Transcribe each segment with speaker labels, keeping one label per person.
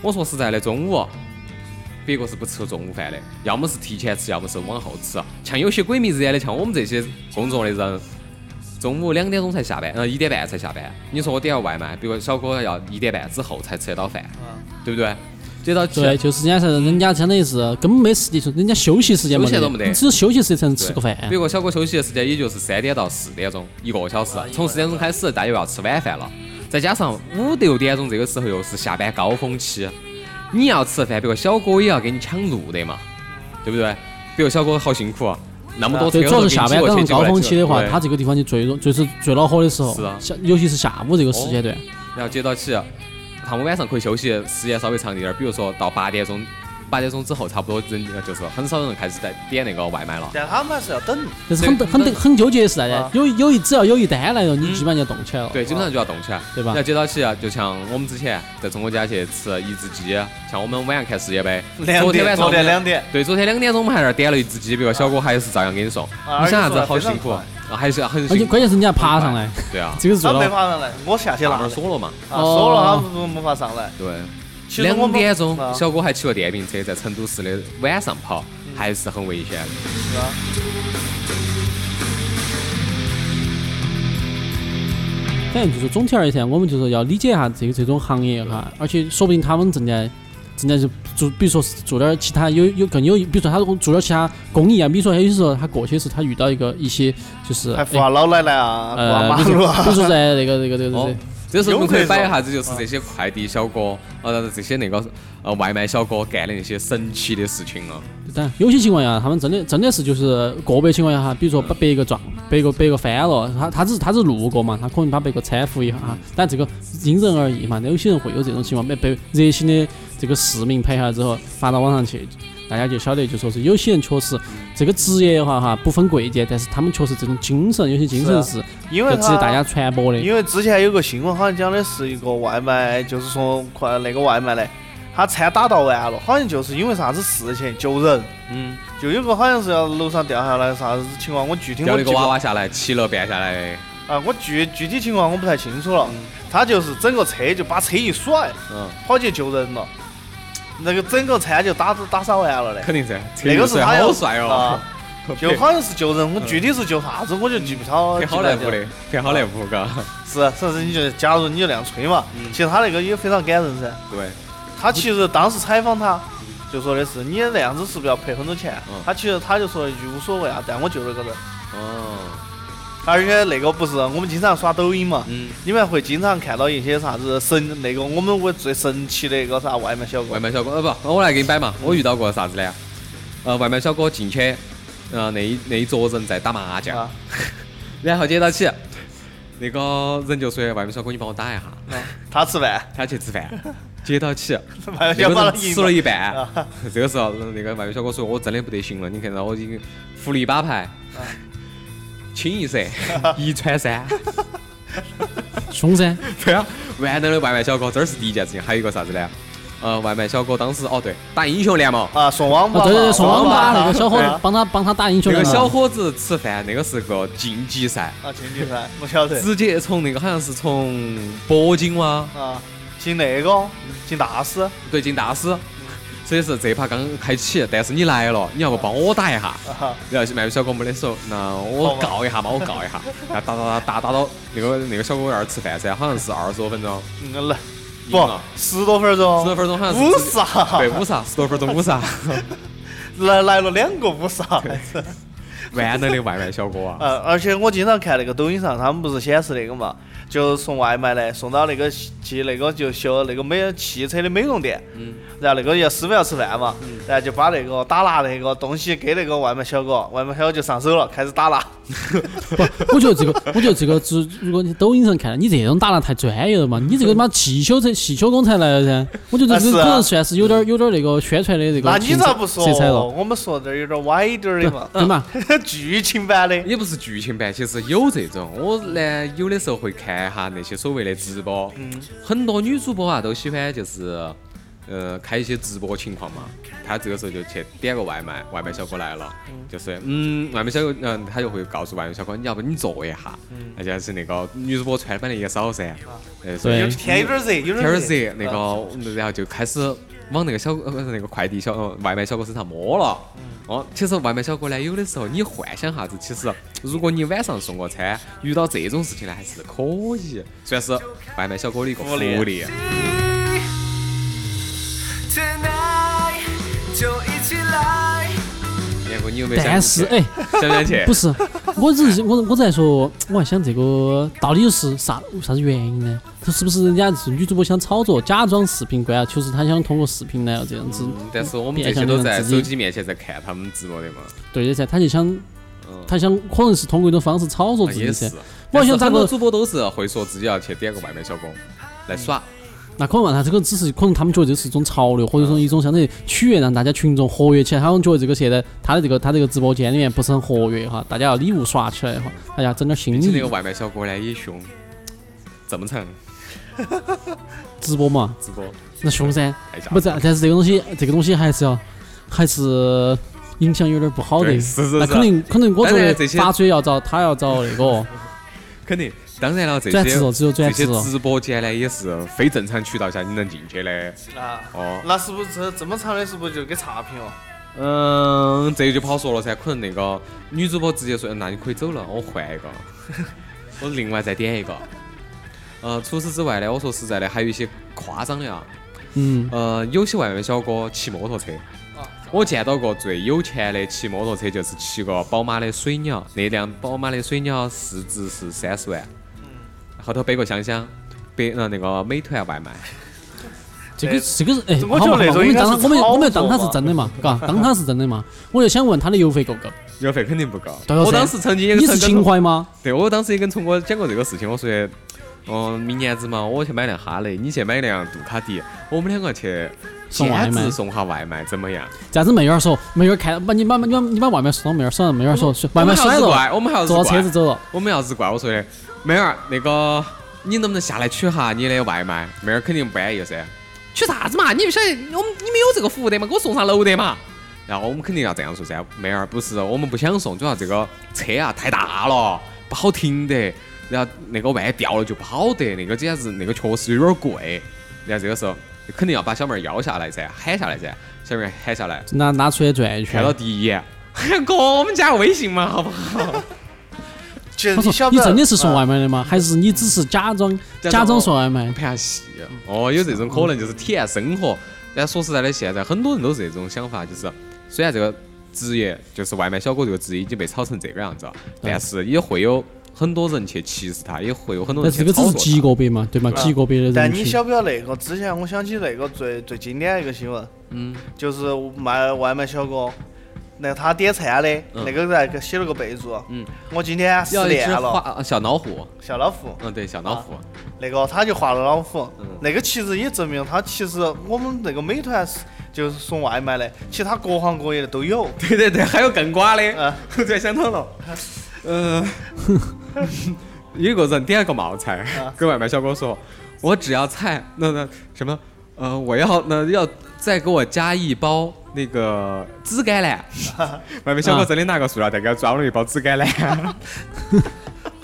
Speaker 1: 我说实在的，中午哦别个是不吃中午饭的，要么是提前吃，要么是往后吃。啊像有些鬼迷日眼的，像我们这些工作的人，中午两点钟才下班，呃，一点半才下班。你说我点个外卖，比如小哥要一点半之后才吃得到饭，对不对？接到
Speaker 2: 对，就是人家是人家相当于是根本没时间，人家休息时间嘛，
Speaker 1: 休息都没得
Speaker 2: 你只有休息时间才能吃个饭。
Speaker 1: 比如小哥休息的时间也就是三点到四点钟，一个小时。从四点钟开始，大家又要吃晚饭了，再加上五六点钟这个时候又是下班高峰期，你要吃饭，比如小哥也要给你抢路的嘛，对不对？比如小哥好辛苦啊，那么多车
Speaker 2: 对，主要
Speaker 1: 头给你
Speaker 2: 是下
Speaker 1: 挤
Speaker 2: 班
Speaker 1: 过去
Speaker 2: 赶上
Speaker 1: 挤过
Speaker 2: 高
Speaker 1: 来
Speaker 2: 峰
Speaker 1: 挤
Speaker 2: 期的
Speaker 1: 过
Speaker 2: 话
Speaker 1: 来，
Speaker 2: 它这个地方就最最是最恼火的时候
Speaker 1: 是啊，哦
Speaker 2: 像尤其是下午这个时间段。
Speaker 1: 然后接到起，他们晚上可以休息时间稍微长一点儿，比如说到八点钟，八点钟之后差不多人就是很少人开始在点那个外卖了。
Speaker 3: 但他们还是要等。
Speaker 2: 但是很
Speaker 1: 对
Speaker 2: 很很纠结的是啥呢
Speaker 3: 啊？
Speaker 2: 有有一只要有一单来了，你基本上就动起来了。
Speaker 1: 嗯对，基本上就要动起来，
Speaker 2: 对吧
Speaker 1: 然后接到起，啊就像我们之前在中国家去吃一只鸡，像我们晚上看世界杯，
Speaker 3: 两
Speaker 1: 昨天
Speaker 3: 点，
Speaker 1: 晚上
Speaker 3: 昨
Speaker 1: 我
Speaker 3: 天
Speaker 1: 们
Speaker 3: 两点，
Speaker 1: 对，昨天两点钟我们还在那儿点了一只鸡，比如小哥还是照样给你送。
Speaker 3: 啊
Speaker 1: 你想啥子？
Speaker 3: 而且
Speaker 1: 好
Speaker 3: 非常
Speaker 1: 辛苦，
Speaker 3: 快
Speaker 1: 啊，还是很
Speaker 2: 而且
Speaker 1: 辛苦。
Speaker 2: 关键是人家爬上来，
Speaker 1: 对 啊，
Speaker 2: 这个是最
Speaker 3: 他
Speaker 2: 恼
Speaker 3: 没
Speaker 2: 火。
Speaker 3: 爬上来，我下去
Speaker 1: 大
Speaker 3: 拿
Speaker 1: 门
Speaker 3: 的。
Speaker 1: 儿锁了嘛。
Speaker 3: 啊，锁了，他没没法上来。
Speaker 1: 对，
Speaker 3: 其实我
Speaker 1: 哦两
Speaker 3: 们
Speaker 1: 点钟，
Speaker 3: 啊
Speaker 1: 小哥还骑个电瓶车在成都市的晚上跑，还是很危险的。
Speaker 3: 嗯是啊
Speaker 2: 反正就是总体而言，我们就是要理解一下这个这种行业哈，而且说不定他们正在正在就做，比如说是做点儿其他有有更有，比如说他做点儿其他公益啊，比如说他有时候他过去的时候他遇到一个一些就是
Speaker 3: 还扶下老奶奶啊，过下
Speaker 2: 呃，
Speaker 3: 马
Speaker 2: 比如
Speaker 3: 路
Speaker 2: 说
Speaker 3: 啊
Speaker 2: 比。如说在那个那个那个那
Speaker 1: 哦
Speaker 2: 个，
Speaker 1: 这时候我们可以摆一下子，就
Speaker 3: 种
Speaker 1: 是这些快递小哥，呃，这些那个呃外卖小哥干的那些神奇的事情了。啊
Speaker 2: 但有些情况下，他们真的真的是就是个别情况下哈，比如说把别个撞，别个别个翻了，他他只是他只是路过嘛，他可能把别个搀扶一下哈，但这个因人而异嘛，那有些人会有这种情况，被被热心的这个市民拍下来之后发到网上去，大家就晓得就说是有些人确实这个职业的话哈不分贵贱，但是他们确实这种精神，有些精神是
Speaker 3: 啊因
Speaker 2: 就
Speaker 3: 为
Speaker 2: 值得
Speaker 3: 他
Speaker 2: 大家传播的。
Speaker 3: 因为之前有个新闻，好像讲的是一个外卖，就是说快那个外卖嘞，他餐打到完了，好像就是因为啥子事情救人，
Speaker 1: 嗯，
Speaker 3: 就有个好像是要楼上掉下来啥子情况，我具体
Speaker 1: 掉
Speaker 3: 我
Speaker 1: 了
Speaker 3: 记
Speaker 1: 个
Speaker 3: 不
Speaker 1: 娃娃下来，骑楼变下来，
Speaker 3: 啊，我具具体情况我不太清楚了，他就是整个车就把车一甩，
Speaker 1: 嗯，
Speaker 3: 跑去救人了，那个整个餐就打打扫 完了嘞。
Speaker 1: 肯定噻。车
Speaker 3: 那个
Speaker 1: 又
Speaker 3: 是
Speaker 1: 帅
Speaker 3: 他要
Speaker 1: 好帅哦，
Speaker 3: 啊 就好像是救人，我具体是救啥子，我就记不到。
Speaker 1: 拍嗯好莱坞的，拍好莱坞嘎。
Speaker 3: 是，是不是你就假如你就那样吹嘛，
Speaker 1: 嗯
Speaker 3: 其实他那个也非常感人噻。
Speaker 1: 对，
Speaker 3: 他其实当时采访他，就说的是你那样子是不是要赔很多钱
Speaker 1: 嗯？
Speaker 3: 他其实他就说了一句无所谓啊，但我救了个人。
Speaker 1: 哦，
Speaker 3: 而且那个不是我们经常刷抖音嘛，
Speaker 1: 嗯，
Speaker 3: 你们会经常看到一些啥子神那个我们我最神奇的一个啥外卖小哥
Speaker 1: 外，卖小哥，呃不，我来给你摆嘛。我遇到过啥子呢？呃，外卖小哥进去，呃，那一那一桌人在打麻将，
Speaker 3: 啊，
Speaker 1: 然后接到起，那个人就说：“外卖小哥，你帮我打一下。”
Speaker 3: 他吃饭，
Speaker 1: 他去吃饭，接到起，
Speaker 3: 外卖
Speaker 1: 那
Speaker 3: 小
Speaker 1: 个
Speaker 3: 哥
Speaker 1: 人吃了一半
Speaker 3: 啊。
Speaker 1: 这个时候，那个外卖小哥说：“我真的不得行了，你看到我已经扶了一把牌， 清一色，一穿三。
Speaker 2: 凶噻，”
Speaker 1: 对啊，万能的外卖小哥，这是第一件事情。还有一个啥子呢？呃，外卖小哥当时哦对，打英雄联盟。
Speaker 3: 啊，送网吧
Speaker 2: 啊
Speaker 3: 嘛，
Speaker 2: 对对对，送网吧那个小伙
Speaker 3: 对
Speaker 2: 子
Speaker 3: 啊
Speaker 2: 帮他帮他打英雄
Speaker 1: 那
Speaker 2: 联
Speaker 1: 个小
Speaker 2: 盟，
Speaker 1: 伙子吃饭，那个是个晋级赛，
Speaker 3: 啊，情侣噻，我晓得
Speaker 1: 直接从那个好像是从铂金哇，
Speaker 3: 啊，进那个进大师
Speaker 1: 对，进大师。所以是这盘刚开启，但是你来了，你要不帮我打一下？
Speaker 3: 啊，
Speaker 1: 然后卖小哥没得手，那
Speaker 3: 好
Speaker 1: 我
Speaker 3: 嘛
Speaker 1: 告一下嘛，我告一 下，然后打打打打打到那个那个小哥在那儿吃饭噻，好像是二十多分钟，
Speaker 3: 嗯来
Speaker 1: 赢
Speaker 3: 不
Speaker 1: 了
Speaker 3: 十多分钟，
Speaker 1: 十多分钟好像是
Speaker 3: 五
Speaker 1: 直接
Speaker 3: 杀，
Speaker 1: 对五杀，十啊多分钟五杀，
Speaker 3: 来来了两个五杀，还是
Speaker 1: 万能的外卖小哥啊，
Speaker 3: 呃，而且我经常看那个抖音上，他们不是显示那个嘛，就送外卖嘞，送到那个去那个就修那个美汽车的美容店，
Speaker 1: 嗯，
Speaker 3: 然后那个要师傅要吃饭嘛，然后就把那个打蜡那个东西给那个外卖小哥，外卖小哥就上手了，开始打蜡，
Speaker 2: 不，我觉得这个，我觉得这个，只如果你抖音上看，你这种打蜡太专业了嘛，你这个妈汽修这汽修工才来了噻，我觉得这个
Speaker 3: 啊是啊
Speaker 2: 可能算是有点儿有点儿那个宣传的这个
Speaker 3: 那你
Speaker 2: 情
Speaker 3: 咋不说嗯
Speaker 2: 色彩？了？
Speaker 3: 我们说这儿有点歪一点儿的嘛，
Speaker 2: 对哎嘛？
Speaker 3: 剧情版的。
Speaker 1: 也不是剧情版，其实有这种，我呢有的时候会看一下那些所谓的直播，很多女主播啊都喜欢就是呃，开一些直播情况嘛，他这个时候就去点个外卖，外卖小哥来了，就是嗯，外卖小哥，嗯，他就会告诉外卖小哥，你要不你坐一下，而且是那个女主播穿板的也少噻，呃，所以
Speaker 2: 对
Speaker 3: 有天有点热，有
Speaker 1: 天
Speaker 3: 点
Speaker 1: 儿
Speaker 2: 嗯
Speaker 3: 热。
Speaker 1: 热，
Speaker 2: 啊
Speaker 1: 那个，然后就开始往那个小呃不是那个快递小呃外卖小哥身上摸了。
Speaker 2: 嗯
Speaker 1: 哦，其实外卖小哥呢，有的时候你幻想下子，其实如果你晚上送个餐，遇到这种事情呢，还是可以，算是外卖小哥的一个福
Speaker 3: 福
Speaker 1: 利。
Speaker 4: Tonight，就一起来。
Speaker 1: 杨哥，你有没有想
Speaker 2: 但是哎，
Speaker 1: 想不想去？
Speaker 2: 不是， 我只是我我在说，我还想这个到底是啥啥子原因呢？是不是人家是女主播想炒作，假装视频关啊？其实她想通过视频来这样子，
Speaker 1: 嗯但是我们这些都在手机面前在看他们直播的嘛，
Speaker 2: 对的噻，她就想
Speaker 1: 嗯，
Speaker 2: 她想可能是通过一种方式炒作自己
Speaker 1: 啊也
Speaker 2: 噻
Speaker 1: 是。。
Speaker 2: 我
Speaker 1: 但
Speaker 2: 还
Speaker 1: 是
Speaker 2: 想咋
Speaker 1: 很
Speaker 2: 个
Speaker 1: 多主播都是会说自己要去点个外卖小哥来耍，
Speaker 2: 那可能嘛，他这个只是可能他们觉得这是一种潮流，或者说一种相当于取悦让大家群众活跃起来。他们觉得这个现在他的这个他这个直播间里面不是很活跃哈，大家要礼物耍起来哈，大家整点新
Speaker 1: 并且那
Speaker 2: 意
Speaker 1: 个。外卖小哥呢也
Speaker 2: 嗯
Speaker 1: 凶，这么长
Speaker 2: 直播嘛，
Speaker 1: 直播。
Speaker 2: 那凶噻，
Speaker 1: 太吓人
Speaker 2: 不是，啊但是这个东西这个东西还是要还是影响有点不好的
Speaker 1: 对，。是是
Speaker 2: 那
Speaker 1: 是，
Speaker 2: 肯定可能我觉
Speaker 1: 当然
Speaker 2: 得
Speaker 1: 这些
Speaker 2: 发嘴要找他要找那个
Speaker 1: 肯定，当然了，这
Speaker 2: 转
Speaker 1: 些
Speaker 2: 制作，只有
Speaker 1: 这
Speaker 2: 转制
Speaker 1: 些
Speaker 2: 作。
Speaker 1: 直播间呢也是非正常渠道下你能进去的
Speaker 3: 啊，
Speaker 1: 哦。
Speaker 3: 那是不是这这么长的，是不是就给差评了？
Speaker 1: 嗯，这就不好说了噻，可能那个女主播直接说，嗯那你可以走了，我换一个， 我另外再点一个。呃，除此之外呢，我说实在的，还有一些夸张的啊。
Speaker 2: 嗯，
Speaker 1: 呃，有些外卖小哥骑摩托车，我见到过最有钱的骑摩托车就是骑个宝马的水鸟，那辆宝马的水鸟市值是三十万，后头背个香香，背呃那个美团外卖，
Speaker 2: 这个这个是哎，
Speaker 3: 我
Speaker 2: 好
Speaker 3: 觉
Speaker 2: 嘛
Speaker 3: 得
Speaker 2: 好嘛，我
Speaker 3: 那种
Speaker 2: 们
Speaker 3: 应该
Speaker 2: 当
Speaker 3: 是
Speaker 2: 他我们我们
Speaker 3: 炒
Speaker 2: 当他
Speaker 3: 作
Speaker 2: 是
Speaker 3: 吧
Speaker 2: 真的嘛，嘎，当他是真的嘛，我就想问他的邮费够不够？
Speaker 1: 邮费肯定不高。
Speaker 2: 对了
Speaker 1: 我
Speaker 2: 噻
Speaker 1: 当时曾经也
Speaker 2: 你
Speaker 1: 跟
Speaker 2: 是情，怀吗？
Speaker 1: 对我当时也跟聪哥讲过这个事情，我说，嗯、明年子嘛，我去买辆哈雷，你去买辆杜卡迪，我们两个去
Speaker 2: 送外
Speaker 1: 兼
Speaker 2: 卖
Speaker 1: 职送下外卖怎么样？
Speaker 2: 这样子妹儿说，妹儿看把你把你把你把外卖送到妹儿手上，妹儿说
Speaker 1: 我
Speaker 2: 外卖
Speaker 1: 们还要
Speaker 2: 甩
Speaker 1: 是
Speaker 2: 了，
Speaker 1: 怪，我们还要是
Speaker 2: 坐到车
Speaker 1: 怪
Speaker 2: 子。走了。
Speaker 1: 我们要是怪我说的，妹儿，那个你能不能下来取下你的外卖？妹儿肯定不安逸噻。取啥子嘛？你不晓得我们你们有这个服务的嘛？给我送上楼的嘛？然后我们肯定要这样说噻，妹儿不是我们不想送，主要这个车啊太大了，不好停得，然后那个万一掉了就不好得，那个简直那个确实有点贵。然后这个时候肯定要把小妹儿邀下来噻，喊下来噻，小妹儿喊下 来，
Speaker 2: 拿拿出来转一
Speaker 1: 看到
Speaker 2: 圈，
Speaker 1: 第一 眼，哥，我们加个微信嘛，好不好？
Speaker 3: 其实
Speaker 2: 他
Speaker 3: 你
Speaker 2: 说
Speaker 3: 晓不
Speaker 2: 你
Speaker 3: 晓得
Speaker 2: 真的是送外卖的吗？还是你只是假装
Speaker 1: 假装
Speaker 2: 假装送外卖？
Speaker 1: 拍下戏。哦，有
Speaker 2: 嗯
Speaker 1: 这种可能，就是体验生活。但说实在的，现在很多人都是这种想法，就是虽然这个职业就是外卖小哥这个职业已经被炒成这个样子了，
Speaker 2: 嗯
Speaker 1: 但是也会有很多人去歧视他，也会有很多
Speaker 2: 但
Speaker 1: 人
Speaker 2: 是
Speaker 1: 去
Speaker 2: 这个只
Speaker 1: 操
Speaker 2: 是
Speaker 1: 作
Speaker 2: 极
Speaker 1: 他。
Speaker 2: 个别嘛，对吗？
Speaker 3: 啊
Speaker 2: 极个别的人
Speaker 3: 但你
Speaker 2: 群
Speaker 3: 晓不晓得那个？之前我想起那个最最经典的一个新闻，
Speaker 1: 嗯，
Speaker 3: 就是卖外卖小哥，那他点餐的
Speaker 1: 嗯
Speaker 3: 那个人给写了个备注，
Speaker 1: 嗯，
Speaker 3: 我今天失
Speaker 1: 要一
Speaker 3: 恋
Speaker 1: 只花
Speaker 3: 了，
Speaker 1: 啊小老虎，
Speaker 3: 小老虎，
Speaker 1: 嗯，对，小老虎，
Speaker 3: 那个他就画了老虎
Speaker 1: 嗯，
Speaker 3: 那个其实也证明他其实我们那个美团是就是送外卖的，其实他各行各业的都有，
Speaker 1: 对对对，还有更瓜的，
Speaker 3: 嗯，
Speaker 1: 突然想到 了， 嗯，有个人点了个冒菜，跟外卖小哥说：“我只要菜，那那什么，呃，我要那要再给我加一包那个紫甘蓝。”外卖小哥真的拿个塑料袋给他装了一包紫甘蓝，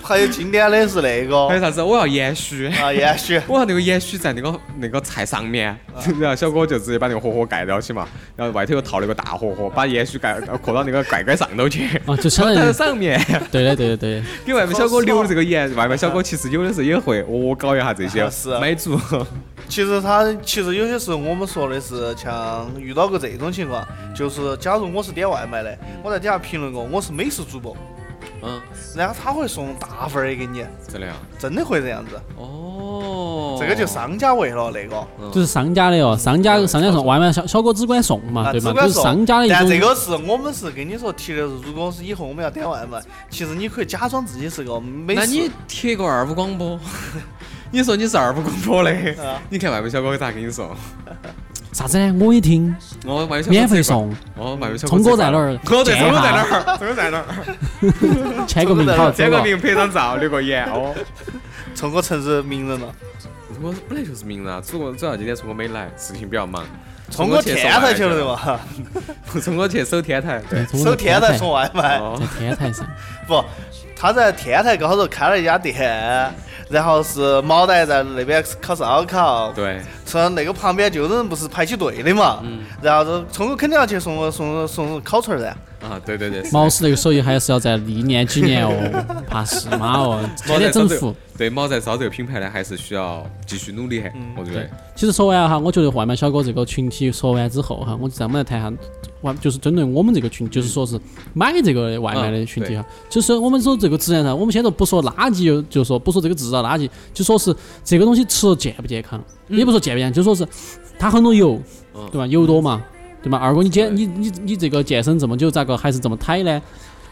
Speaker 3: 还有经典的是 那
Speaker 1: 还有
Speaker 3: 个
Speaker 1: 啥子？我要盐 须。
Speaker 3: 啊，延续。
Speaker 1: 我要那个盐须在那个那个菜上面，然后小哥就直接把那个火锅盖掉起嘛，然后外头又套了个大火火，把盐须 盖扩到那个盖盖上头去，
Speaker 2: 啊，就相当
Speaker 1: 在
Speaker 2: 于
Speaker 1: 上面。
Speaker 2: 对的对的对的。
Speaker 1: 给外卖小哥留的这个言，外卖小哥其实有的时候也会恶搞一下这 些
Speaker 3: 是
Speaker 1: 买主。
Speaker 3: 其实他其实有些时候我们说的是像遇到过这种情况，
Speaker 2: 嗯
Speaker 3: 就是假如我是点外卖的，我在底下评论过我是美食主播，
Speaker 1: 嗯，
Speaker 3: 然后他会送大份儿的给你，
Speaker 1: 真的啊？
Speaker 3: 真的会这样子，
Speaker 1: 哦
Speaker 3: 这个就商家味了那个。
Speaker 2: 就是商家的哦，商家
Speaker 1: 嗯
Speaker 2: 商家送外卖，小小哥只管送嘛，
Speaker 3: 啊
Speaker 2: 对
Speaker 3: 只
Speaker 2: 吧？
Speaker 3: 管
Speaker 2: 就是
Speaker 3: 送
Speaker 2: 商家的一
Speaker 3: 但
Speaker 2: 种
Speaker 3: 这个是我们是跟你说提的是，如果是以后我们要点外卖，其实你可以假装自己是个美
Speaker 1: 那
Speaker 3: 食
Speaker 1: 你，贴个二五广播， 你说你是二五广播的
Speaker 3: 啊，
Speaker 1: 你看外卖小哥咋给你送？
Speaker 2: 啥子呢？我也听，
Speaker 1: 哦，外卖小哥
Speaker 2: 免
Speaker 1: 这
Speaker 2: 费
Speaker 1: 块。
Speaker 2: 送，
Speaker 1: 哦，外卖小哥。
Speaker 2: 聪哥在哪？儿？
Speaker 1: 哦，对，
Speaker 2: 见
Speaker 1: 聪哥在哪？
Speaker 2: 哈
Speaker 1: 儿？聪哥在哪 儿？
Speaker 2: 签个名好，
Speaker 1: 签
Speaker 2: 走
Speaker 1: 个
Speaker 2: 了
Speaker 1: 名，拍张照，留个言。哦，
Speaker 3: 聪哥成是名人了，
Speaker 1: 聪哥本来就是名人啊，只不过主要今天聪哥没来，事情比较忙。
Speaker 3: 冲
Speaker 1: 哥
Speaker 3: 个天台去了对
Speaker 1: 吧？
Speaker 3: 吧？
Speaker 1: 聪哥去守天台。对。
Speaker 2: 哎从
Speaker 3: 守
Speaker 2: 天
Speaker 3: 天台送外 卖，
Speaker 1: 哦
Speaker 2: 在天台上，
Speaker 3: 不，他在天台高头开了一家店，然后是毛蛋在那边烤烧烤，
Speaker 1: 对，
Speaker 3: 从那个旁边就有人不是排起队的嘛，然后这聪哥肯定要去送我送我送我烤串儿噻，
Speaker 1: 啊，对对对，是
Speaker 2: 毛氏那个手艺还是要在历年几年哦，怕是妈哦，天天整
Speaker 1: 这
Speaker 2: 服
Speaker 1: 个。对毛在烧这个品牌呢，还是需要继续努力，我觉得。
Speaker 2: 其实说完了哈，我觉得外卖小哥这个群体说完之后哈，我咱们来谈一下，外就是针对我们这个群，就是说是买这个外卖的群体哈。就是我们说这个自然上，我们先说不说垃圾，就就说不说这个制造垃圾，就说是这个东西吃了健不健康，也不说健不健康，就说是它很多油
Speaker 1: 嗯，
Speaker 2: 对吧？油多嘛，对吧？二哥，你健
Speaker 1: 对
Speaker 2: 你你你这个健身这么久，咋个还是这么抬呢？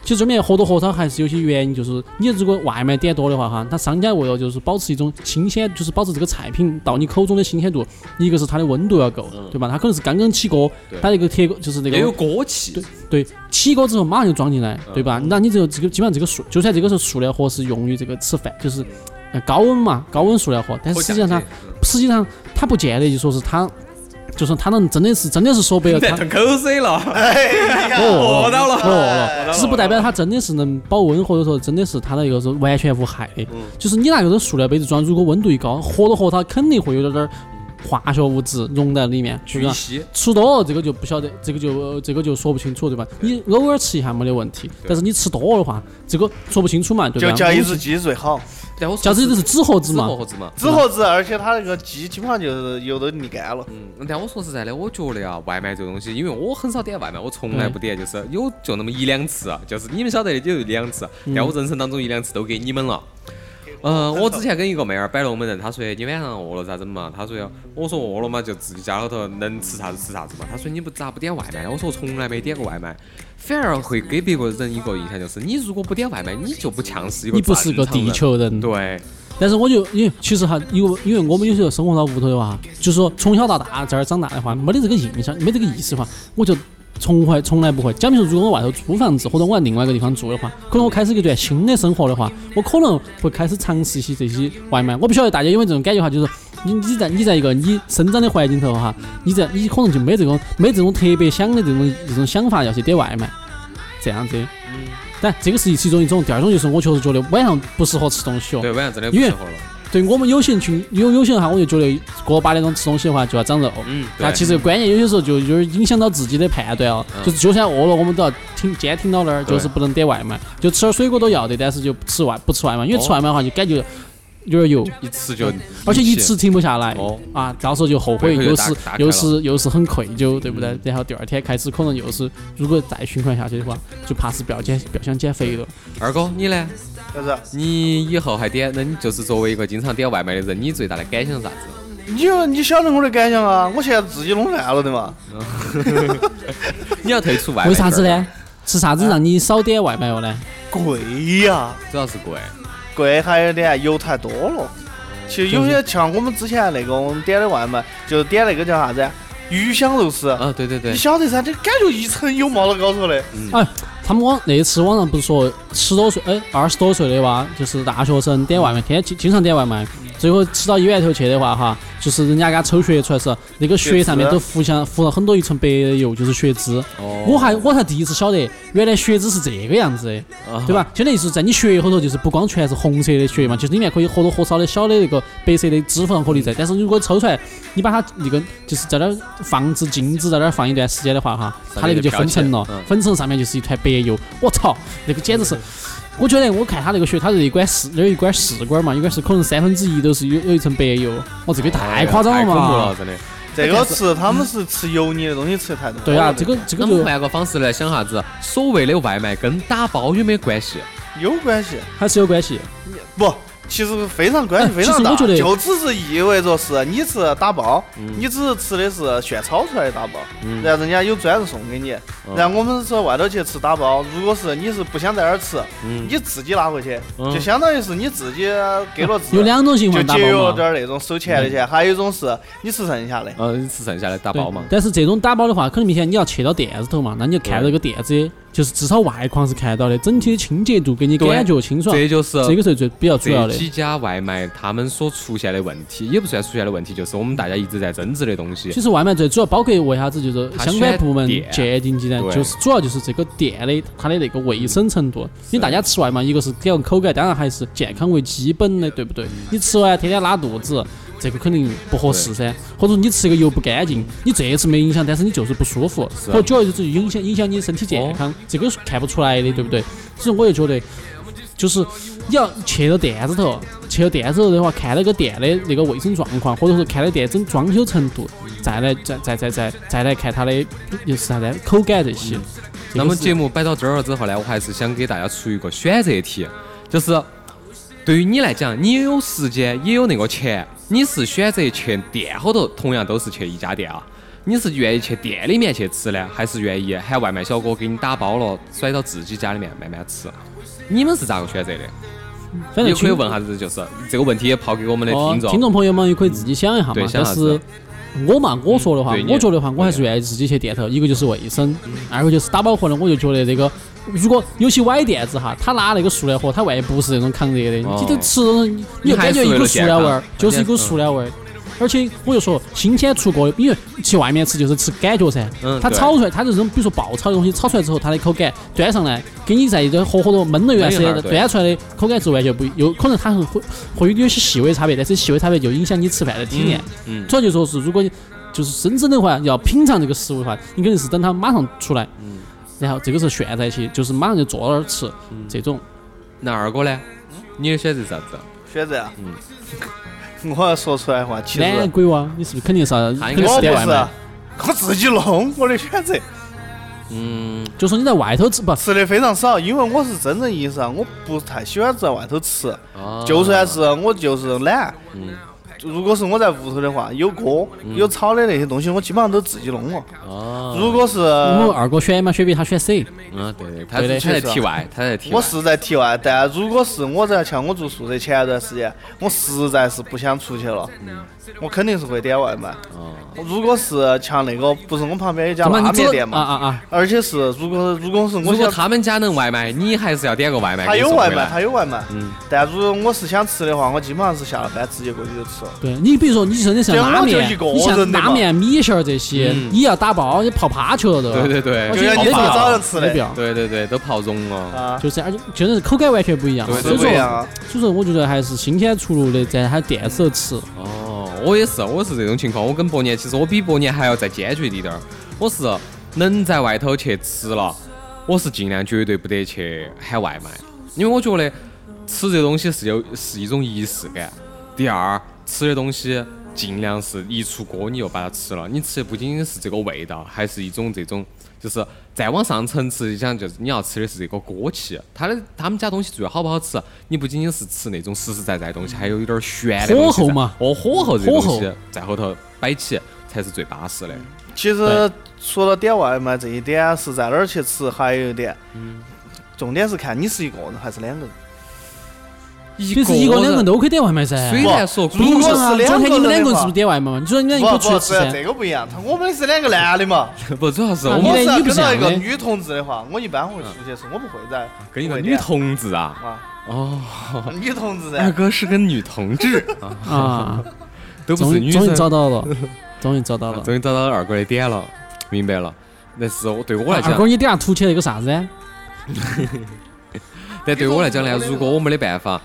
Speaker 2: 其实这里面或多或少还是有些原因，就是你如果外卖点多的话，哈，它商家为了就是保持一种新鲜，就是保持这个菜品到你口中的新鲜度，一个是它的温度要够，对吧？它可能是刚刚起锅
Speaker 1: 嗯对，
Speaker 2: 它那个铁锅就是那
Speaker 1: 也有嗯
Speaker 2: 个
Speaker 1: 锅气，
Speaker 2: 对起锅之后马上就装进来，对吧？那你这个这个基本上这个塑，就算这个是塑料盒是用于这个吃饭，就是
Speaker 1: 嗯
Speaker 2: 呃高温嘛，高温塑料盒，但是
Speaker 1: 好
Speaker 2: 实际上
Speaker 1: 讲
Speaker 2: 它
Speaker 1: 究嗯
Speaker 2: 实际上它不见得就说是它，就是它能真的是真的是说白了
Speaker 1: 你在
Speaker 2: 它。
Speaker 1: 吞口水了，
Speaker 2: 哦，
Speaker 1: 饿到了
Speaker 2: 饿了，只是不代表它真的是能保温，或者说真的是它的一个是完全无害的。就是你拿那个塑料杯子装，如果温度一高，喝着喝它肯定会有点点儿化学物质溶在里面，对
Speaker 1: 巨
Speaker 2: 吧？
Speaker 1: 吸，
Speaker 2: 吃多了这个就不晓得，这个就呃这个就说不清楚，对吧？你偶尔吃一下没得问题，但是你吃多了的话，这个说不清楚嘛，对
Speaker 3: 就
Speaker 2: 吧？
Speaker 3: 叫一只鸡最好。
Speaker 1: 但我说
Speaker 2: 饺子就是纸盒子
Speaker 1: 纸
Speaker 2: 嘛，
Speaker 1: 盒子嘛。
Speaker 3: 纸盒子，而且它那个鸡基本上就是油都沥干了。
Speaker 1: 嗯，但我说实在的，我觉得啊，外卖这个东西，因为我很少点外卖，我从
Speaker 2: 嗯
Speaker 1: 来不点，就是有就那么一两次啊，就是你们晓得的，也就一两次啊。
Speaker 2: 嗯
Speaker 1: 但我人生当中一两次都给你们了。嗯，我之前跟一个妹儿摆龙门阵，她说你晚上饿了咋整嘛？她说我说饿了嘛，就自己家里头能吃啥子吃啥子嘛。她说你不咋不点外卖呢？我说我从来没点过外卖，反而会给别个人一个印象就是，你如果不点外卖，你就不像是一个
Speaker 2: 你不是
Speaker 1: 正
Speaker 2: 个
Speaker 1: 常人
Speaker 2: 地球人，
Speaker 1: 对，
Speaker 2: 但是我就因为其实哈，因为因为我们有时候生活到屋头的话，就是说从小到大这儿长大的话，没得这个印象，没这个意识的话，我就从来从来不会。假如说如果我外头租房子，或者我在另外一个地方住的话，可能我开始一段新的生活的话，我可能会开始尝试一些这些外卖。我不晓得大家有没有这种感觉哈，就是你你在你在一个你生长的环境头哈，你在你可能就没这种没这种特别想的这种这种想法要去点外卖，这样子。但这个是其中一种，第二种就是我确实觉得晚上不适合吃东西哦。
Speaker 1: 对，晚上真的不
Speaker 2: 因为
Speaker 1: 适合了。
Speaker 2: 对我们有些人群有有些人哈，我就觉得过八点钟吃东西的话就要长肉。
Speaker 1: 嗯，
Speaker 2: 那
Speaker 1: 对
Speaker 2: 其实关键有些时候就有点影响到自己的判断哦，
Speaker 1: 嗯
Speaker 2: 就是就算饿了，我们都要听今天听到那儿，就是
Speaker 1: 对
Speaker 2: 不能点外卖，就吃点水果都要的，但是就不吃外不吃外卖，因为
Speaker 1: 哦
Speaker 2: 吃外卖的话就感觉有点油，
Speaker 1: 一吃就，
Speaker 2: 而且一吃停不下来
Speaker 1: 哦
Speaker 2: 啊，到时候就后
Speaker 1: 胃
Speaker 2: 悔，
Speaker 1: 口就
Speaker 2: 又
Speaker 1: 打
Speaker 2: 是
Speaker 1: 打开
Speaker 2: 又
Speaker 1: 了嗯
Speaker 2: 是又是很愧疚，对不对？然后第二天开始可能又是，如果再循环下去的话，就怕是不要减不要想减肥了。
Speaker 1: 二哥你呢？
Speaker 3: 就是
Speaker 1: 你以后还点，那你就是作为一个经常点外卖的人，你最大的感想是啥 子？
Speaker 3: 你就你晓得我的感想啊，我现在自己弄烂了的嘛。
Speaker 1: 你要退出外卖？
Speaker 2: 为啥子？呢？是啥子让你少点外卖了呢？
Speaker 3: 贵呀、
Speaker 1: 主要是贵。
Speaker 3: 贵还有点油太多了。其实有些像我们之前那个我们点的外卖，就点那个叫啥子啊鱼香肉丝，
Speaker 1: 啊，对对对
Speaker 3: 你，晓得噻，这感觉一层油冒到高头的。
Speaker 2: 他们网那次网上不是说十多岁，哎，二十多岁的娃，就是大学生点外卖，天天经经常点外卖，最后吃到医院头去的话，哈，就是人家给他抽血出来时候，那个血
Speaker 3: 血
Speaker 2: 上面
Speaker 3: 脂
Speaker 2: 都浮像浮了很多一层白油，就是血脂。
Speaker 1: 哦
Speaker 2: 我还我才第一次晓得，原来血脂是这个样子的，
Speaker 1: 啊
Speaker 2: 对吧？相当于是在你血液后头，就是不光全是红色的血液嘛，就是里面可以或多或少的小的那个白色的脂肪颗粒在，但是如果抽出来，你把它那个就是在那儿放置静止在那儿放一段时间的话，哈，它那个就分层
Speaker 1: 上面
Speaker 2: 了
Speaker 1: 就飘起来嗯，
Speaker 2: 分层上面就是一团白油，我操，那个简直是。我觉得我看它那个血，它是一管四，那儿一管四管嘛，一管是可能三分之一都是有有一层白油，哇，这个太夸张了
Speaker 1: 哎太恐怖
Speaker 2: 嘛
Speaker 1: 了，！真的。
Speaker 3: 这个吃他们是吃油腻的东西吃得太多了。
Speaker 2: 哎对啊，这个这
Speaker 1: 那
Speaker 2: 个
Speaker 1: 我们
Speaker 2: 就
Speaker 1: 换个方式来想下子，所谓的外卖跟打包有没有关系？
Speaker 3: 有关系。
Speaker 2: 还是有关系。
Speaker 3: 不，其实非常关系
Speaker 2: 哎
Speaker 3: 非常大，
Speaker 2: 其实我觉得嗯
Speaker 3: 就只是意味着是你是打包，你只是吃的是现炒出来的打包，然后人家有专人送给你。
Speaker 2: 嗯
Speaker 3: 然后我们说外头去吃打包，如果是你是不想在那儿吃，
Speaker 2: 嗯
Speaker 3: 你自己拿回去，就相当于是你自己给了自
Speaker 2: 有两种情
Speaker 3: 就
Speaker 2: 况打
Speaker 3: 节约
Speaker 2: 包
Speaker 3: 了
Speaker 2: 嘛。嗯
Speaker 3: 点儿那种收钱的钱，还有一种是你吃剩下的。
Speaker 1: 嗯，你吃剩下的打
Speaker 2: 对
Speaker 1: 包嘛。
Speaker 2: 但是这种打包的话，可能明显你要去到店子头嘛，那你就看到一个店子，就是至少外框是看到的，整体的清洁度给你
Speaker 1: 对
Speaker 2: 感觉清爽，
Speaker 1: 这就是
Speaker 2: 这个是最比较主要
Speaker 1: 这
Speaker 2: 的。
Speaker 1: 几家外卖他们所出现的问题，也不算出现的问题，就是我们大家一直在争执的东西
Speaker 2: 其。实外卖最主要包括为啥子就是
Speaker 1: 它
Speaker 2: 相关部门
Speaker 1: 选店
Speaker 2: 界定起来，
Speaker 1: 对
Speaker 2: 就是主要就是这个店的它的那个卫生程度。因为大家吃外卖，一个是讲口感，当然还是健康为基本的，对不对？你吃完天天拉肚子，这个肯定不合适噻。或者你吃一个油不干净，你这一次没影响，但是你就是不舒服，
Speaker 1: 是啊哦
Speaker 2: 或者主要就是影响影响你身体健康，这个是看不出来的，对不对？所以我就觉得。就是你要去到店子头，去到店子头的话，看那个店的那个卫生状况，或者说看那店整装修程度，再来再再再再再来看它的又是啥子口感这些。
Speaker 1: 嗯那么节
Speaker 2: 目
Speaker 1: 目摆到这儿了之后呢，我还是想给大家出一个选择题，就是对于你来讲，你有时间也有那个钱，你是选择去店后头，同样都是去一家店啊，你是愿意去店里面去吃呢，还是愿意喊外卖小哥给你打包了，甩到自己家里面慢慢吃？啊你们是咋个选择的？
Speaker 2: 反正
Speaker 1: 也可以
Speaker 2: 听
Speaker 1: 问下子，就是这个问题也抛给我们的
Speaker 2: 哦
Speaker 1: 听众。嗯
Speaker 2: 听众朋友们也可以自己想一下嘛
Speaker 1: 对。想
Speaker 2: 但
Speaker 1: 啥
Speaker 2: 是
Speaker 1: 子
Speaker 2: 我嘛，我说的话
Speaker 1: 对，你
Speaker 2: 我觉得话，我还是愿意自己去店头。一个就是卫生，二个就是打包盒呢，我就觉得这个。如果有些歪店子哈，他拿那个塑料盒，他万一不是那种抗热的，
Speaker 1: 哦
Speaker 2: 你这吃你你就感觉一股塑料味儿，就是一
Speaker 1: 嗯
Speaker 2: 股塑料味儿。而且我就说，新鲜出锅的，因为去外面吃就是吃感觉噻。
Speaker 1: 嗯
Speaker 2: 它
Speaker 1: 对
Speaker 2: 炒出来，它这种比如说爆炒的东西，炒出来之后它的口感端上来，跟你在一个火火头焖了原始
Speaker 1: 焖一下
Speaker 2: 的
Speaker 1: 对
Speaker 2: 端出来的口感是完全不一，有可能它是会会有些细微差别，但是细微差别就影响你吃饭的体验。
Speaker 1: 嗯，嗯，
Speaker 2: 主要就说是，如果你就是真正的话，要品尝这个食物的话，你肯定是等它马上出来，
Speaker 3: 嗯
Speaker 2: 然后这个时候炫在一起，就是马上就坐那儿吃，
Speaker 3: 嗯
Speaker 2: 这种
Speaker 1: 那二哥呢？你的选择是啥子？
Speaker 3: 选择啊， 我说出来的话，其
Speaker 2: 懒
Speaker 3: 实
Speaker 2: 鬼哇，嗯啊你是不是肯定是要
Speaker 1: 他
Speaker 2: 肯
Speaker 1: 应该
Speaker 2: 定
Speaker 1: 是
Speaker 2: 是
Speaker 3: 我不
Speaker 2: 点外
Speaker 3: 是
Speaker 2: 卖
Speaker 3: 啊？，我自己弄我的选择，
Speaker 1: 嗯，
Speaker 2: 就说你在外头吃不？
Speaker 3: 吃的非常少，因为我是真正意义上我不太喜欢在外头吃，
Speaker 1: 啊
Speaker 3: 就算是我就是懒。
Speaker 1: 嗯
Speaker 3: 如果是我在屋头的话，有锅、有炒的那些东西，我基本上都自己弄了。
Speaker 1: 哦，
Speaker 3: 如果是
Speaker 2: 嗯我们二哥选嘛，选 B 他选 C，
Speaker 1: 嗯，对对，他
Speaker 2: 对
Speaker 1: 是他
Speaker 2: 的
Speaker 1: 在
Speaker 3: 确实啊
Speaker 1: 体外，他在体外。
Speaker 3: 我是在体外，但如果是我在像我住宿舍前一段时间，我实在是不想出去了，
Speaker 1: 嗯
Speaker 3: 我肯定是会点外卖。
Speaker 1: 哦
Speaker 3: 如果是像那个，不是我旁边有一家
Speaker 2: 怎么
Speaker 3: 拉
Speaker 2: 你
Speaker 3: 面
Speaker 2: 只
Speaker 3: 店
Speaker 2: 啊
Speaker 3: 嘛，
Speaker 2: 啊啊！
Speaker 3: 而且是如果如果是我
Speaker 1: 如果
Speaker 3: 想，
Speaker 1: 他们家能外卖，你还是要点个外卖。
Speaker 3: 他
Speaker 1: 给
Speaker 3: 有
Speaker 1: 送
Speaker 3: 外
Speaker 1: 回
Speaker 3: 卖，
Speaker 1: 来嗯
Speaker 3: 他有外卖，但如果我是想吃的话，我基本上是下了班直接过去就吃了。
Speaker 2: 对你比如说，你真的像
Speaker 3: 这
Speaker 2: 拉
Speaker 3: 我就
Speaker 2: 面
Speaker 3: 一个，
Speaker 2: 你像
Speaker 3: 人的
Speaker 2: 拉
Speaker 3: 嘛
Speaker 2: 面、米线儿这些，
Speaker 3: 嗯
Speaker 2: 你要打包，你泡趴球了都。
Speaker 1: 对对对
Speaker 2: 而
Speaker 1: 就
Speaker 2: 且
Speaker 3: 像
Speaker 2: 没
Speaker 3: 你
Speaker 2: 必
Speaker 3: 泡
Speaker 2: 要
Speaker 3: 早上吃的
Speaker 2: 没必要。
Speaker 1: 对对对，都泡融了。
Speaker 3: 啊，
Speaker 2: 就是，而且确实是口感完全不一样。
Speaker 1: 对
Speaker 2: 所以
Speaker 1: 都不
Speaker 2: 说
Speaker 1: 一
Speaker 3: 样啊，
Speaker 2: 所以说我觉得还是新鲜出炉的，在他店头吃。
Speaker 1: 哦，我也是，我是这种情况。我跟伯年，其实我比伯年还要再艰巨一点儿。我是能在外头去吃了，我是尽量绝对不得去喊外卖，因为我觉得吃这东西是有是一种仪式感。第二，吃的东西尽量是一出锅你就把它吃了，你吃的不仅仅是这个味道，还是一种这种。就是再往上层次，你想就是你要吃的是这个锅气，他的他们家东西做的好不好吃，你不仅仅是吃那种实实在在的东西，还有一点儿玄的东西
Speaker 2: 火候
Speaker 1: 在
Speaker 2: 嘛
Speaker 1: 哦，火候这个
Speaker 2: 火
Speaker 1: 东西
Speaker 2: 候
Speaker 1: 在后头摆起才是最巴适的。
Speaker 2: 嗯
Speaker 3: 其实说到点外卖这一点是在哪儿去吃，还有一点，
Speaker 1: 嗯
Speaker 3: 重点是看你是一个人还是两个人。
Speaker 1: 一
Speaker 2: 其实一个两个人
Speaker 1: 都
Speaker 2: 都可以点外卖�噻。
Speaker 1: 虽然说
Speaker 3: 不如
Speaker 1: 估
Speaker 3: 果
Speaker 1: 计
Speaker 2: 昨
Speaker 3: 是两个
Speaker 2: 啊天你们两个人
Speaker 3: 人的话
Speaker 2: 是不是点外卖嘛？你说你们
Speaker 3: 不
Speaker 2: 两个一
Speaker 3: 不
Speaker 2: 起吃
Speaker 3: 是
Speaker 2: 噻。
Speaker 3: 这个不一样，他我们是两个男的嘛。
Speaker 1: 不主要是我
Speaker 2: 啊
Speaker 1: 们
Speaker 2: 你
Speaker 3: 我
Speaker 2: 嘞
Speaker 3: 是
Speaker 2: 你
Speaker 3: 要
Speaker 2: 不
Speaker 3: 跟
Speaker 2: 是
Speaker 3: 到一个
Speaker 2: 这样的
Speaker 3: 女同志的话，我一般会出去吃，我不会在
Speaker 1: 跟一个
Speaker 3: 我
Speaker 1: 女
Speaker 3: 点
Speaker 1: 同志啊，
Speaker 3: 啊，
Speaker 1: 哦，
Speaker 3: 女同志
Speaker 1: 二
Speaker 3: 噻。
Speaker 1: 哥是个女同 志啊，
Speaker 2: 啊，
Speaker 1: 都不
Speaker 2: 终
Speaker 1: 是
Speaker 2: 于
Speaker 1: 女
Speaker 2: 终于
Speaker 1: 生。
Speaker 2: 找到了， 终于找到
Speaker 1: 啊
Speaker 2: 了。
Speaker 1: 终于找到二哥的点了，明白了。那是我对我来
Speaker 2: 啊二
Speaker 1: 讲
Speaker 2: 哥，，你底下凸起了一个啥子呢？
Speaker 1: 但对我来讲呢，如果我没得办法，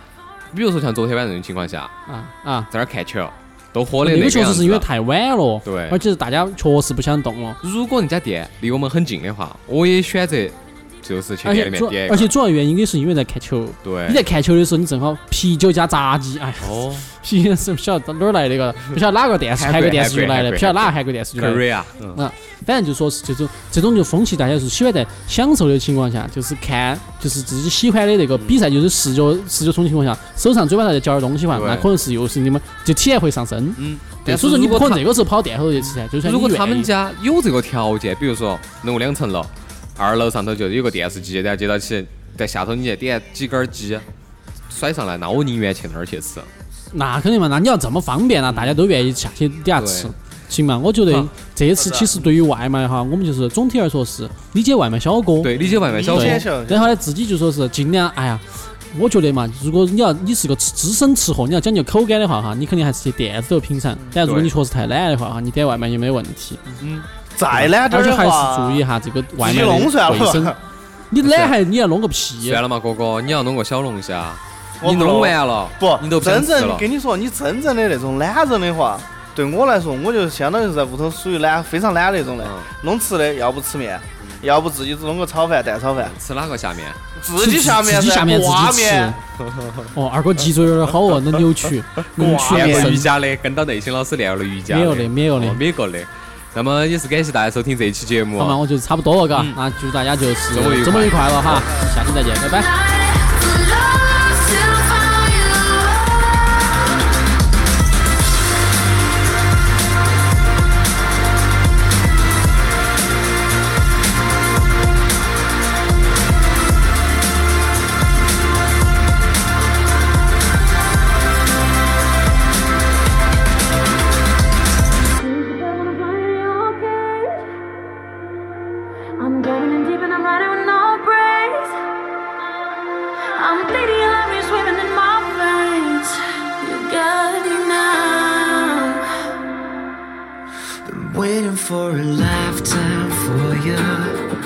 Speaker 1: 比如说像昨天晚上这种情况下，
Speaker 2: 啊啊！
Speaker 1: 在那儿看球，都喝的
Speaker 2: 那
Speaker 1: 那
Speaker 2: 个
Speaker 1: 个
Speaker 2: 确实
Speaker 1: 样
Speaker 2: 是因为
Speaker 1: 子啊
Speaker 2: 太晚了，
Speaker 1: 对
Speaker 2: 而且大家确实不想动了。
Speaker 1: 如果人家店离我们很近的话，我也选择就是去
Speaker 2: 而
Speaker 1: 店
Speaker 2: 且
Speaker 1: 里
Speaker 2: 主
Speaker 1: 面点一
Speaker 2: 而
Speaker 1: 个。
Speaker 2: 且主要原因也是因为在看球。哎你在
Speaker 1: 对，
Speaker 2: 看球的时候，你正好啤酒加炸鸡，哎，
Speaker 1: 哦，
Speaker 2: 啤酒是不晓得哪儿来的 个，不晓得哪个电视
Speaker 1: 韩
Speaker 2: 韩
Speaker 1: 国
Speaker 2: 国电视剧来的，
Speaker 1: 韩国
Speaker 2: 不晓得哪个韩国电视剧来
Speaker 1: 克
Speaker 2: 的。
Speaker 1: 瑞啊，嗯
Speaker 2: 啊，反正就说是这种这种就风气，大家是喜欢在享受的情况下，就是看就是自己喜欢的那个比赛，就是视觉视觉冲击情况下，手上嘴巴上再嚼点东西嘛，
Speaker 1: 对
Speaker 2: 那可能是又是你们就体验会上升。
Speaker 1: 嗯。
Speaker 2: 对，
Speaker 1: 但
Speaker 2: 所
Speaker 1: 是
Speaker 2: 以说你
Speaker 1: 如果
Speaker 2: 不可
Speaker 1: 他
Speaker 2: 能这个时候跑店后头去吃噻，就算
Speaker 1: 如果
Speaker 2: 你愿
Speaker 1: 他们
Speaker 2: 意
Speaker 1: 家有这个条件，比如说弄两层楼，二楼上头就有个电视机，然后接到起，在下头你去点几根儿鸡，甩上来，那我宁愿去那儿去吃。
Speaker 2: 那肯定嘛，那你要这么方便啊那大家都愿意下去底下吃
Speaker 1: 对。
Speaker 2: 行嘛，我觉得
Speaker 1: 好
Speaker 2: 这一次其实对于外卖哈，我们就是总体来说是理解外卖小哥，
Speaker 1: 对，理解外卖小
Speaker 3: 理
Speaker 1: 哥
Speaker 3: 解
Speaker 2: 对
Speaker 3: 小哥
Speaker 2: 然后呢自己就说是尽量，哎呀，我觉得嘛，如果你要你是个吃资深吃货，你要讲究口感的话哈，你肯定还是去店子头品尝。但如果
Speaker 1: 对
Speaker 2: 你确实太懒的话哈，你点外卖也没问题。
Speaker 3: 再懒点
Speaker 2: 而
Speaker 3: 儿
Speaker 2: 且
Speaker 3: 的
Speaker 2: 还
Speaker 3: 话，
Speaker 2: 是注意一下这个外
Speaker 3: 自己
Speaker 2: 卖的
Speaker 3: 弄算了
Speaker 2: 卫 生。你懒还你要弄个屁？
Speaker 1: 算了嘛，哥哥，你要弄个小龙虾，
Speaker 3: 我
Speaker 1: 你
Speaker 3: 不
Speaker 1: 弄
Speaker 3: 弄
Speaker 1: 完了，
Speaker 3: 不，
Speaker 1: 你都不想
Speaker 3: 真
Speaker 1: 吃
Speaker 3: 正
Speaker 1: 了
Speaker 3: 跟你说，你真正的那种懒人的话，对我来说，我就相当于是在屋头属于懒，非常懒那种的
Speaker 1: 嗯，
Speaker 3: 弄吃的，要不吃面，要不自己弄个炒饭、蛋炒饭，
Speaker 1: 吃哪个下面？
Speaker 3: 自己下面
Speaker 2: 自己
Speaker 3: 噻
Speaker 2: 下面自
Speaker 3: 挂
Speaker 2: 己吃
Speaker 3: 面，。
Speaker 2: 哦，二哥脊椎有点好哦，能扭曲，能曲
Speaker 1: 练过
Speaker 2: 伸
Speaker 1: 啊瑜。伽的，跟到内心老师练了瑜伽，
Speaker 2: 没有的没有的
Speaker 1: 哦没过的。那么也是感谢大家收听这一期节目
Speaker 2: 好嘛，
Speaker 1: 啊，
Speaker 2: 我觉得差不多了，嘎。那祝大家就是
Speaker 1: 周末愉快
Speaker 2: 周末愉快了哈，下期再见，拜拜。
Speaker 5: I'm diving in deep and I'm riding with no brakes. I'm bleeding and I'm just swimming in my veins. You got it now.
Speaker 4: Waiting for a lifetime for you.